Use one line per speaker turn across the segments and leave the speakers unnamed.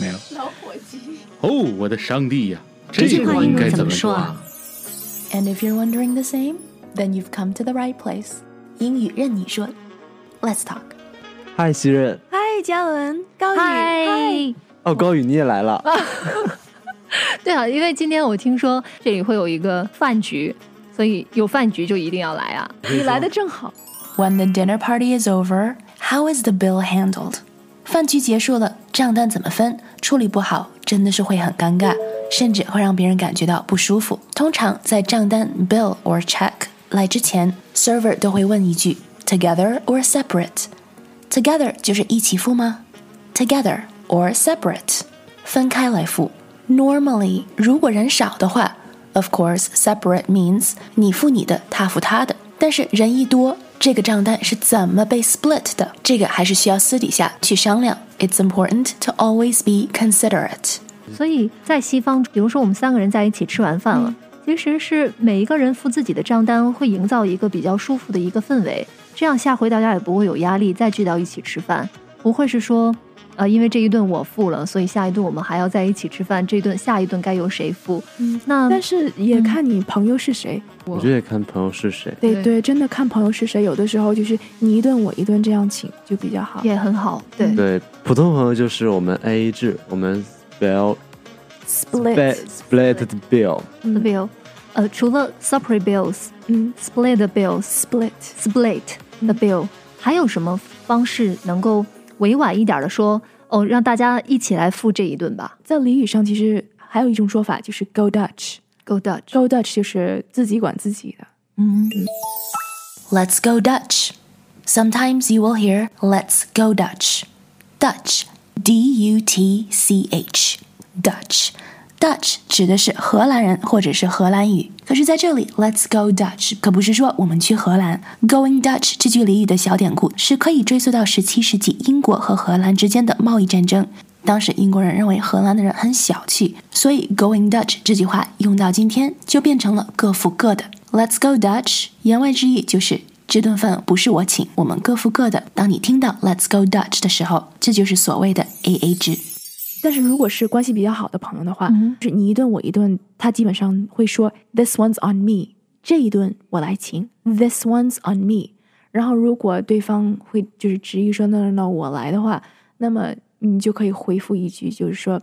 没有。
老伙计。
哦，我的上帝呀、
这句话
个
英
应
文
该
怎
怎
么说
说
啊？
And if you're wondering the same, then you've come to the right place. 英语任你说，Let's talk.
嗨，西任，
嗨，嘉文，高宇，
嗨，
哦，高宇你也来了，
对啊，因为今天我听说这里会有一个饭局，所以有饭局就一定要来啊。
你来的正好。
When the dinner party is over, how is the bill handled? 饭局结束了，账单怎么分？处理不好，真的是会很尴尬，甚至会让别人感觉到不舒服。通常在账单 bill or check 来之前，server 都会问一句 together or separate。Together 就是一起付吗？Together or separate，分开来付。Normally，如果人少的话，of course separate means 你付你的，他付他的。但是人一多，这个账单是怎么被 split 的？这个还是需要私底下去商量。It's important to always be considerate。
嗯
所以在西方，比如说我们三个人在一起吃完饭
嗯
了，其实是每一个人付自己的账单，会营造一个比较舒服的一个氛围，这样下回大家也不会有压力，再聚到一起吃饭，不会是说。呃，因为这一顿我付了，所以下一顿我们还要在一起吃饭。这一顿下一顿该由谁付？
嗯
那
但是也看你朋友是谁，
嗯
我觉得也看朋友是谁。
对对，真的看朋友是谁。有的时候就是你一顿我一顿这样请就比较好。
也很好，对，
对，普通朋友就是我们 AA 制，我们 spell
Split，
split the bill。
the bill，呃，除了 separate bills，
嗯
split the bills，
，split，
split the bill，、还有什么方式能够委婉一点的说哦，让大家一起来付这一顿吧
在俚语上其实还有一种说法就是 “go Dutch”。
，Go Dutch。
go Dutch 就是自己管自己的。
嗯 Let's go Dutch. Sometimes you will hear let's go Dutch. Dutch, D U T C H, Dutch. Dutch 指的是荷兰人或者是荷兰语，可是在这里，Let's go Dutch 可不是说我们去荷兰。Going Dutch 这句俚语的小典故是可以追溯到十七世纪英国和荷兰之间的贸易战争。当时英国人认为荷兰的人很小气，所以 “going Dutch” 这句话用到今天就变成了各付各的。“Let's go Dutch” 言外之意就是这顿饭不是我请，我们各付各的。当你听到 “Let's go Dutch” 的时候，这就是所谓的 “AA 制”。
但是如果是关系比较好的朋友的话，
嗯
就是你一顿我一顿，他基本上会说 “this one's on me”，这一顿我来请，“this one's on me”。然后如果对方会就是执意说 “no no no”，我来的话，那么你就可以回复一句，就是说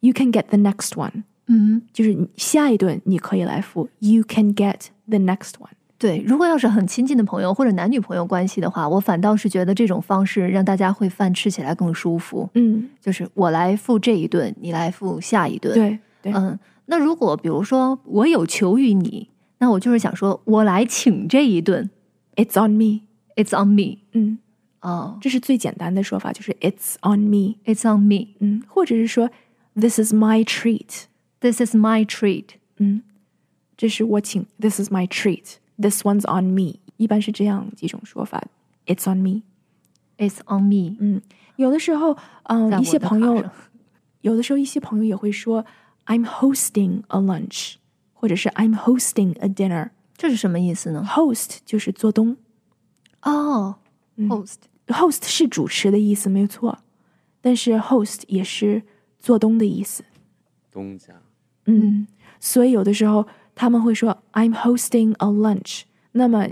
“you can get the next one”，
嗯，
就是你下一顿你可以来付，“you can get the next one”。
对，如果要是很亲近的朋友或者男女朋友关系的话，我反倒是觉得这种方式让大家会饭吃起来更舒服，
嗯，
就是我来付这一顿，你来付下一顿。，
对对，
嗯，那如果比如说我有求于你，那我就是想说我来请这一顿
It's on me。
，It's on me。
嗯，
哦
这是最简单的说法，就是 It's on me。
，It's on me。
嗯，或者是说 This is my treat。
This is my treat。
这是我请，This is my treat。This one's on me。一般是这样几种说法，It's on me。
It's on me。
有的时候，
在
嗯，
我
一些
的
朋
卡
友
上，
有的时候一些朋友也会说，I'm hosting a lunch，或者是 I'm hosting a dinner。
这是什么意思呢？
Host 就是做东
哦、
嗯
h o s t
，host 是主持的意思，没有错，但是 host 也是做东的意思。
东家，
嗯，所以有的时候他们会说 "I'm hosting a lunch"，那么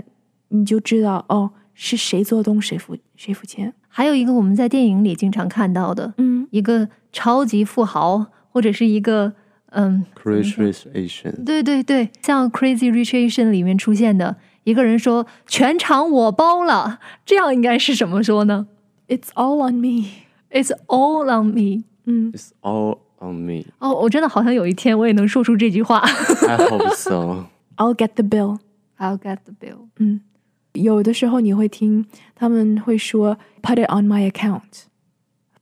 你就知道哦是谁做东谁付谁付钱。
还有一个我们在电影里经常看到的，
嗯，
一个超级富豪或者是一个嗯，
Crazy Rich Asian，
对对对，像《Crazy Rich Asian》里面出现的一个人说“全场我包了”，这样应该是怎么说呢
It's all on me。
？It's all on me。。
嗯，
，It's all on me
哦，我真的好想有一天我也能说出这句话。
I hope so。
I'll get the bill。
I'll get the bill。
有的时候你会听他们会说 "Put it on my account"，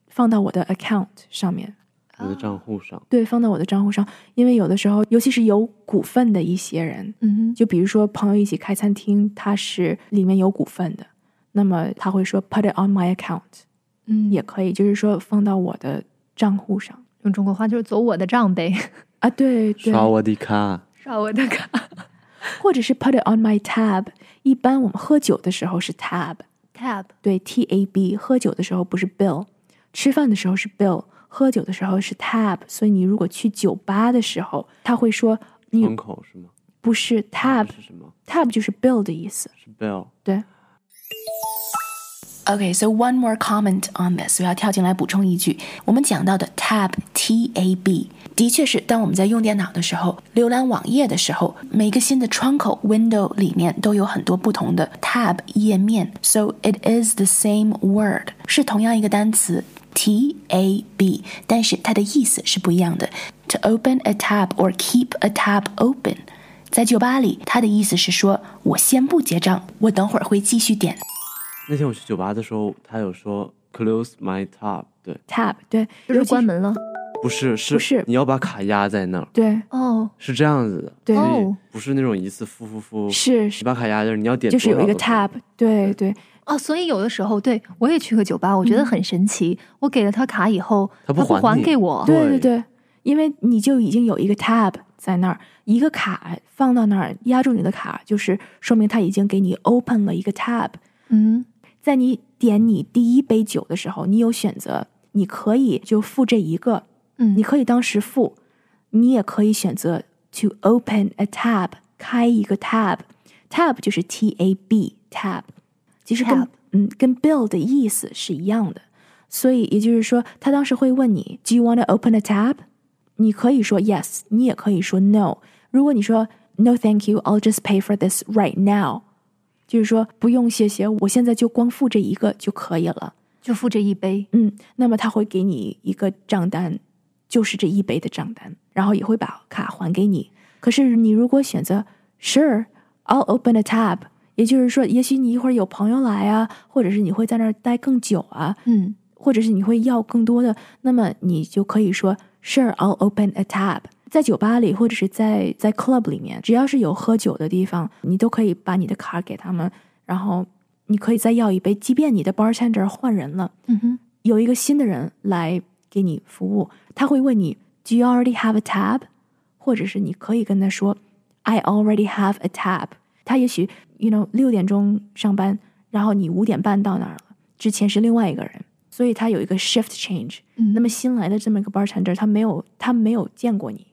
放到我的 account 上面，
我的账户上，
对，放到我的账户上。因为有的时候，尤其是有股份的一些人，
嗯哼，
就比如说朋友一起开餐厅，他是里面有股份的，那么他会说 put it on my account，
嗯
也可以，就是说放到我的账户上
用中国话就是走我的账呗，
啊，对对，
刷我的卡，
刷我的卡
或者是 put it on my tab。一般我们喝酒的时候是 tab，
tab，
对 T A B，喝酒的时候不是 bill，吃饭的时候是 bill，喝酒的时候是 tab。所以你如果去酒吧的时候，他会说
窗
嗯
你
口是吗？
不是 tab，tab
是什么？
就是 bill 的意思。
是 bill。
对
Okay, so one more comment on this. 我要跳进来补充一句，我们讲到的 tab T A B，的确是当我们在用电脑的时候，浏览网页的时候，每个新的窗口 window 里面都有很多不同的 tab 页面。So it is the same word，是同样一个单词 T A B，但是它的意思是不一样的。To open a tab or keep a tab open，在酒吧里，它的意思是说我先不结账，我等会儿会继续点
那天我去酒吧的时候，他有说 close my tab，对，
tab，对，
就是
尤其
关门了。
不是，是
不是
你要把卡压在那儿，
对，
哦，
是这样子的，
对
所以
哦
不是那种一次付付付，
是
你
是，
把卡压在那儿，你要点
就是有一个
多少
tab，对对，
哦，所以有的时候，对我也去过酒吧，我觉得很神奇。我给了他卡以后，
他
他
不还
还
你
给我，
对对
对
对，因为你就已经有一个 tab 在那儿，一个卡放到那儿压住你的卡，就是说明他已经给你 open 了一个 tab。
嗯，
在你点你第一杯酒的时候，你有选择，你可以就付这一个，
嗯
你可以当时付，你也可以选择 to open a tab，开一个 tab，tab 就是 t a b tab，其实跟
Tab
嗯跟 bill 的意思是一样的，所以也就是说，他当时会问你 do you want to open a tab？你可以说 yes，你也可以说 no。如果你说 no thank you，I'll just pay for this right now，就是说不用谢谢，我现在就光付这一个就可以了。
就付这一杯，
嗯，那么他会给你一个账单，就是这一杯的账单，然后也会把卡还给你。可是你如果选择 Sure, I'll open a tab，也就是说，也许你一会儿有朋友来啊，或者是你会在那儿待更久啊，
嗯，
或者是你会要更多的，那么你就可以说 Sure, I'll open a tab。在酒吧里，或者是在在 club 里面，只要是有喝酒的地方，你都可以把你的卡给他们，然后你可以再要一杯，即便你的 bartender 换人了，
嗯哼，
有一个新的人来给你服务，他会问你 Do you already have a tab？或者是你可以跟他说 I already have a tab。他也许 you know 六点钟上班，然后你五点半到那儿了，之前是另外一个人，所以他有一个 shift change。
嗯
那么新来的这么一个 bartender，他没有他没有见过你，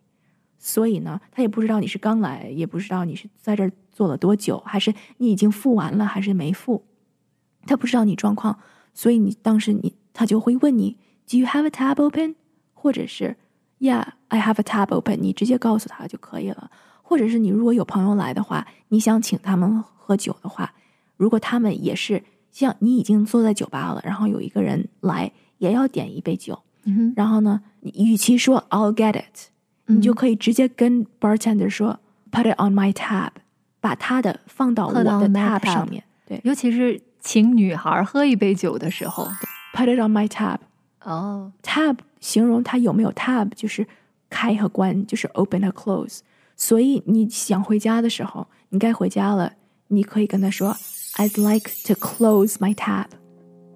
所以呢，他也不知道你是刚来，也不知道你是在这儿做了多久，还是你已经付完了，还是没付，他不知道你状况，所以你当时你他就会问你 Do you have a tab open？或者是 Yeah, I have a tab open。你直接告诉他就可以了。或者是你如果有朋友来的话，你想请他们喝酒的话，如果他们也是像你已经坐在酒吧了，然后有一个人来也要点一杯酒，
嗯哼，
然后呢，你与其说 I'll get it，你就
嗯
可以直接跟 bartender 说 Put it on my tab，把他的放到我
Put
的
on my
tab
tab
上面。对
尤其是请女孩喝一杯酒的时候，
，Put it on my tab。
哦，
tab 形容它有没有 tab，就是开和关，就是 open 和 close。所以你想回家的时候，你该回家了，你可以跟他说 I'd like to close my tab。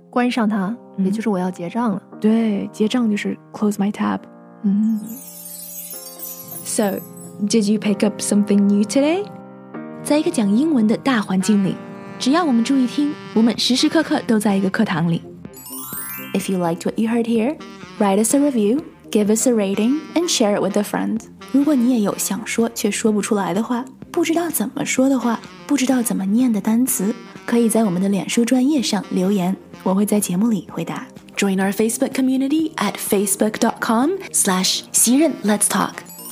关上它，
嗯
也就是我要结账了，
对，结账就是 close my tab。
嗯，
So, did you pick up something new today? 在一个讲英文的大环境里，只要我们注意听，我们时时刻刻都在一个课堂里。If you liked what you heard here, write us a review, give us a rating, and share it with a friend. 如果你也有想说却说不出来的话，不知道怎么说的话，不知道怎么念的单词，可以在我们的脸书专业上留言，我会在节目里回答。Join our Facebook community at facebook.com slash 西任 Let's Talk.